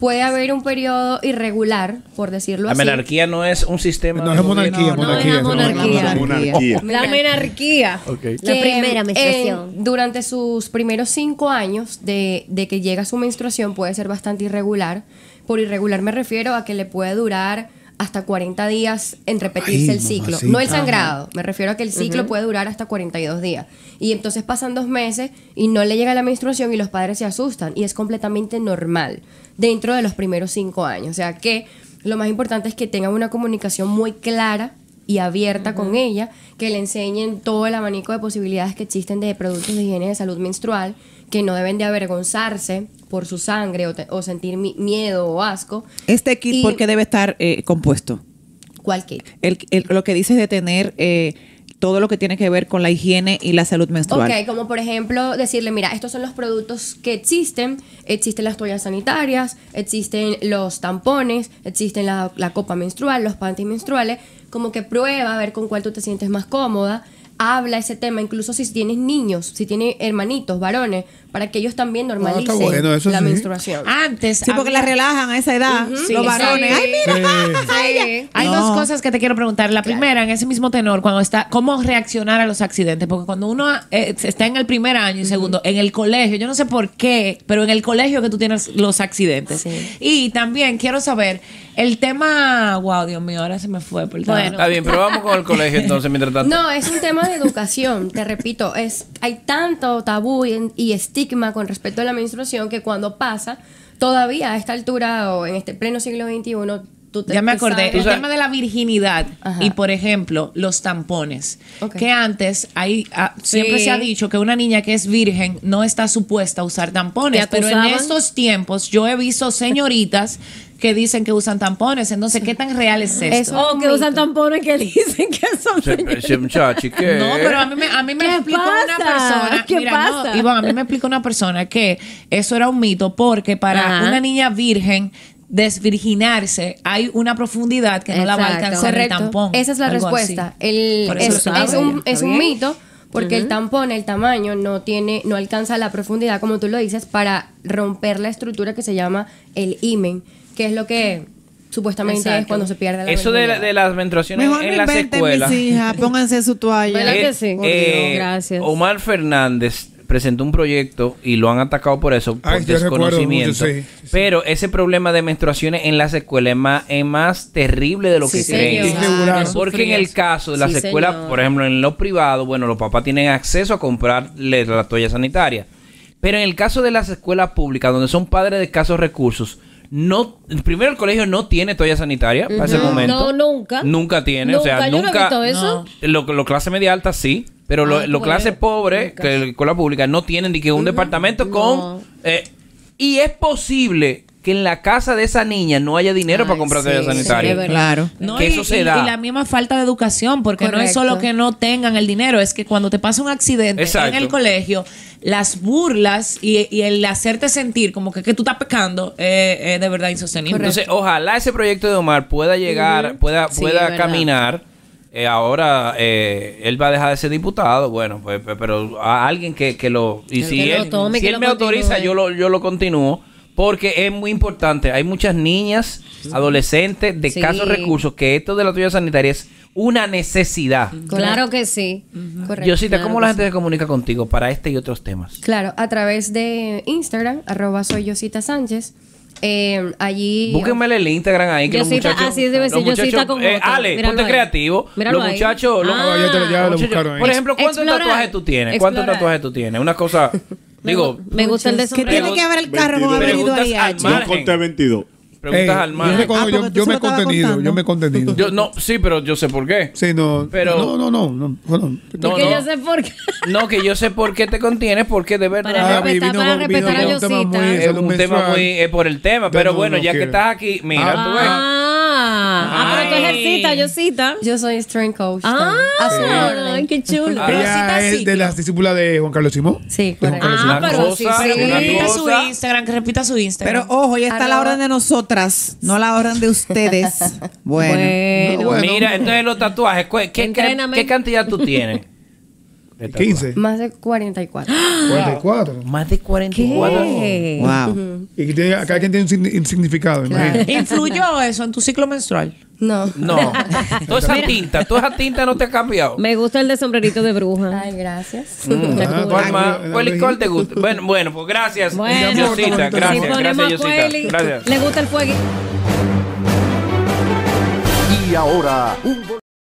Speaker 5: puede haber un periodo irregular, por decirlo
Speaker 2: La
Speaker 5: así.
Speaker 2: menarquía no es un sistema. No, es
Speaker 3: monarquía,
Speaker 2: monarquía.
Speaker 3: monarquía.
Speaker 2: monarquía.
Speaker 6: La menarquía. La
Speaker 5: que,
Speaker 6: primera
Speaker 5: eh,
Speaker 6: menstruación.
Speaker 5: durante sus primeros cinco años de, de que llega su menstruación puede ser bastante irregular. Por irregular me refiero a que le puede durar hasta 40 días en repetirse
Speaker 12: Ay,
Speaker 5: el ciclo.
Speaker 12: mamacita.
Speaker 5: No el sangrado, me refiero a que el ciclo
Speaker 12: Ujú.
Speaker 5: puede durar hasta 42 días. Y entonces pasan dos meses y no le llega la menstruación y los padres se asustan. Y es completamente normal dentro de los primeros cinco años. O sea que lo más importante es que tengan una comunicación muy clara y abierta con ella, que le enseñen todo el abanico de posibilidades que existen de productos de higiene de salud menstrual, que no deben de avergonzarse por su sangre o, te- o sentir mi- miedo o asco.
Speaker 7: Eh.
Speaker 8: Este kit,
Speaker 5: Y-
Speaker 8: ¿por qué debe estar eh, compuesto?
Speaker 5: ¿Cuál kit?
Speaker 8: El, el- lo que dices de tener eh, todo lo que tiene que ver con la higiene y la salud menstrual.
Speaker 5: Ok, como por ejemplo decirle, mira, estos son los productos que existen, existen las toallas sanitarias, existen los tampones, existen la, la copa menstrual, los panties menstruales, como que prueba a ver con cuál tú te sientes más cómoda, habla ese tema, incluso si tienes niños, si tienes hermanitos, varones, para que ellos también normalicen
Speaker 3: Ah, bueno, eso
Speaker 5: la
Speaker 3: sí.
Speaker 5: menstruación.
Speaker 7: Antes.
Speaker 8: Sí, porque
Speaker 7: había-
Speaker 8: la relajan a esa edad,
Speaker 7: Ujú.
Speaker 8: Ah, los
Speaker 7: Sí,
Speaker 8: varones.
Speaker 7: sí.
Speaker 8: Ay, mira,
Speaker 7: Sí. Hay
Speaker 8: No.
Speaker 7: dos cosas que te quiero preguntar. La primera, en ese mismo tenor, cuando está, ¿cómo reaccionar a los accidentes? Porque cuando uno eh, está en el primer año y segundo, en el colegio, yo no sé por qué, pero en el colegio que tú tienes los accidentes. Y también quiero saber el tema, wow, Dios mío, ahora se me fue por el
Speaker 5: Bueno.
Speaker 7: lado.
Speaker 2: Está bien, pero vamos con el colegio entonces mientras tanto.
Speaker 5: No, es un tema de educación, te repito, es hay tanto tabú y, y estigma con respecto a la menstruación que cuando pasa, todavía a esta altura o en este pleno siglo XXI, tú te
Speaker 7: Ya me
Speaker 5: tú
Speaker 7: acordé.
Speaker 5: sabes-
Speaker 7: El tema de la virginidad y, por ejemplo, los tampones. Que antes hay, ah, siempre
Speaker 6: Sí.
Speaker 7: se ha dicho que una niña que es virgen no está supuesta a usar tampones.
Speaker 6: Te
Speaker 7: Pero en
Speaker 6: acusaban.
Speaker 7: estos tiempos yo he visto señoritas que dicen que usan tampones. Entonces, ¿qué tan real es esto?
Speaker 6: Eso o que usan tampones que dicen que son
Speaker 2: Se- se- muchachi, ¿qué?
Speaker 7: No, pero a mí me, a mí me
Speaker 6: ¿Qué
Speaker 7: explicó una
Speaker 6: pasa?
Speaker 7: persona.
Speaker 6: ¿Qué
Speaker 7: mira, no,
Speaker 6: pasa?
Speaker 7: Iván, a mí me explicó una persona que eso era un mito porque para
Speaker 6: Ajá.
Speaker 7: una niña virgen desvirginarse hay una profundidad que no la va a
Speaker 5: Exacto.
Speaker 7: alcanzar el
Speaker 5: Correcto.
Speaker 7: tampón.
Speaker 5: Esa es la
Speaker 7: algo
Speaker 5: respuesta.
Speaker 7: así.
Speaker 5: El-
Speaker 7: Por eso
Speaker 5: es,
Speaker 7: lo sabe
Speaker 5: es un,
Speaker 7: ella.
Speaker 5: es un
Speaker 7: ¿Está bien?
Speaker 5: mito porque el
Speaker 7: Ujú.
Speaker 5: tampón, el tamaño, no tiene, no alcanza la profundidad, como tú lo dices, para romper la estructura que se llama el imen, que es lo que supuestamente es
Speaker 2: Exacto.
Speaker 5: cuando se pierde la
Speaker 2: Eso de, la-
Speaker 5: virginidad.
Speaker 2: de las menstruaciones
Speaker 8: Mejor
Speaker 2: en
Speaker 8: no
Speaker 2: las
Speaker 8: inventen,
Speaker 2: escuelas.
Speaker 8: mis hijas, pónganse su toalla.
Speaker 2: Eh, eh, Omar Fernández presentó un proyecto y lo han atacado por eso, por
Speaker 3: Ay, yo recuerdo
Speaker 2: desconocimiento.
Speaker 3: mucho, sí,
Speaker 2: Pero ese problema de menstruaciones en las escuelas es más, es más terrible de lo
Speaker 3: Sí,
Speaker 2: que
Speaker 3: señor.
Speaker 2: creen.
Speaker 3: Irregular.
Speaker 2: Porque en el caso de las
Speaker 3: Sí,
Speaker 2: escuelas,
Speaker 3: señor.
Speaker 2: por ejemplo, en los privados, bueno, los papás tienen acceso a comprarle la toalla sanitaria. Pero en el caso de las escuelas públicas, donde son padres de escasos recursos, no, primero el colegio no tiene toalla sanitaria para ese
Speaker 6: Ujú.
Speaker 2: momento.
Speaker 6: No, nunca.
Speaker 2: Nunca tiene, o sea,
Speaker 6: Nunca, yo no he
Speaker 2: nunca.
Speaker 6: visto eso.
Speaker 2: Lo, lo clase media alta sí, pero lo,
Speaker 6: Ay,
Speaker 2: lo
Speaker 6: bueno,
Speaker 2: clase pobre, que el- con la pública, no tienen ni que un departamento con. eh, y es posible que en la casa de esa niña no haya dinero para comprar toalla sanitaria.
Speaker 7: No,
Speaker 2: que
Speaker 7: y,
Speaker 2: eso se
Speaker 7: y-
Speaker 2: da.
Speaker 7: y la misma falta de educación, porque no es
Speaker 6: Correcto.
Speaker 7: solo que no tengan el dinero, es que cuando te pasa un accidente
Speaker 2: Exacto.
Speaker 7: en el colegio, las burlas y, y el hacerte sentir como que, que tú estás pecando eh, es de verdad insostenible.
Speaker 2: Entonces, ojalá ese proyecto de Omar pueda llegar,
Speaker 7: Ujú.
Speaker 2: pueda,
Speaker 7: Sí,
Speaker 2: pueda
Speaker 7: verdad.
Speaker 2: caminar. Eh, ahora eh, él va a dejar de ser diputado, bueno, pues, pe- pero a alguien que, que lo... Y
Speaker 6: Que
Speaker 2: si
Speaker 6: lo
Speaker 2: él,
Speaker 6: tome,
Speaker 2: si
Speaker 6: que
Speaker 2: él
Speaker 6: lo
Speaker 2: me autoriza,
Speaker 6: continúe.
Speaker 2: yo lo, yo lo continúo, porque es muy importante. Hay muchas niñas, adolescentes de
Speaker 6: Sí.
Speaker 2: escasos recursos, que esto de la tuya sanitaria es una necesidad.
Speaker 6: Claro que sí.
Speaker 2: Yosita,
Speaker 5: Claro
Speaker 2: ¿cómo
Speaker 5: que
Speaker 2: la gente se comunica contigo para este y otros temas?
Speaker 5: Claro, a través de Instagram, arroba soy Yosita Sánchez. eh, allí.
Speaker 2: Búsquenme el Instagram ahí. Que
Speaker 5: Yosita,
Speaker 2: los muchachos,
Speaker 5: así debe ser,
Speaker 2: los
Speaker 5: Yosita
Speaker 2: muchachos-
Speaker 5: con
Speaker 2: eh,
Speaker 5: J.
Speaker 2: Ale,
Speaker 5: Míralo
Speaker 2: ponte
Speaker 5: ahí.
Speaker 2: creativo.
Speaker 5: Míralo
Speaker 2: los
Speaker 5: ahí.
Speaker 2: muchachos. los-
Speaker 5: Ah, ya te- ya lo
Speaker 2: los muchachos-
Speaker 3: buscaron ahí.
Speaker 2: Por ejemplo, ¿cuántos
Speaker 6: Explorar.
Speaker 2: tatuajes tú tienes? ¿Cuántos
Speaker 6: Explorar.
Speaker 2: tatuajes tú tienes? Una cosa. digo.
Speaker 6: Me gusta el de
Speaker 2: Que tiene
Speaker 6: sombrero.
Speaker 2: que haber el carro con 22. apellido
Speaker 4: Preguntas
Speaker 2: ahí,
Speaker 4: al
Speaker 2: H.
Speaker 4: margen. Yo conté 22.
Speaker 2: Preguntas
Speaker 3: Ey,
Speaker 2: al mar.
Speaker 3: yo recuerdo, Ah, yo- porque tú yo se me lo he estabas contenido, contando. yo me he contenido.
Speaker 2: Yo, no, sí, pero yo sé por qué.
Speaker 3: Sí, no.
Speaker 2: Pero-
Speaker 3: no, no, no. no, bueno,
Speaker 2: No,
Speaker 6: Porque
Speaker 2: no.
Speaker 6: yo sé por qué.
Speaker 2: No, que yo sé por qué te contienes, porque de verdad.
Speaker 6: Para Ah, respetar- vino para con- respetar vino a con un tema Yosita. muy
Speaker 2: Es un
Speaker 6: salud
Speaker 2: tema
Speaker 6: menstrual.
Speaker 2: muy. Es por el tema, pero bueno, ya que estás aquí, mira, tú ves.
Speaker 6: Ah, ah, pero tú ejercitas, Yosita.
Speaker 5: Yo soy strength coach.
Speaker 6: Ah,
Speaker 5: A su orden.
Speaker 6: ay, qué chulo.
Speaker 3: Ella es de las discípulas de Juan Carlos Simón.
Speaker 5: Sí,
Speaker 3: correcto.
Speaker 6: Ah, pero sí,
Speaker 7: Pero que
Speaker 6: sí.
Speaker 7: repita su Instagram, que repita su Instagram.
Speaker 8: Pero ojo, ya está la orden de nosotras, no la orden de ustedes. Bueno.
Speaker 6: Ah,
Speaker 8: No, bueno.
Speaker 2: Mira, entonces los tatuajes, ¿cu- ¿qué, qué- qué cantidad tú tienes?
Speaker 3: 15.
Speaker 5: Más de 44.
Speaker 3: 44.
Speaker 2: Más de
Speaker 3: 44.
Speaker 5: ¿Qué?
Speaker 3: Wow.
Speaker 5: Ujú.
Speaker 3: Y que tiene- cada quien tiene un, signi- un significado, imagínate.
Speaker 7: ¿Influyó eso en tu ciclo menstrual?
Speaker 5: No.
Speaker 2: No. Toda esa tinta, toda esa tinta no te ha cambiado.
Speaker 6: Me gusta el de sombrerito de bruja.
Speaker 5: Ay, gracias.
Speaker 2: Mm, ¿Cuál más? ¿Cuál licor te gusta? Bueno, bueno, pues gracias,
Speaker 6: Bueno.
Speaker 2: Yosita.
Speaker 6: Si
Speaker 2: Gracias,
Speaker 6: ponemos
Speaker 2: gracias,
Speaker 6: a Cueli,
Speaker 2: Yosita. Gracias.
Speaker 6: Le gusta el fuego.
Speaker 12: Y ahora, un gol-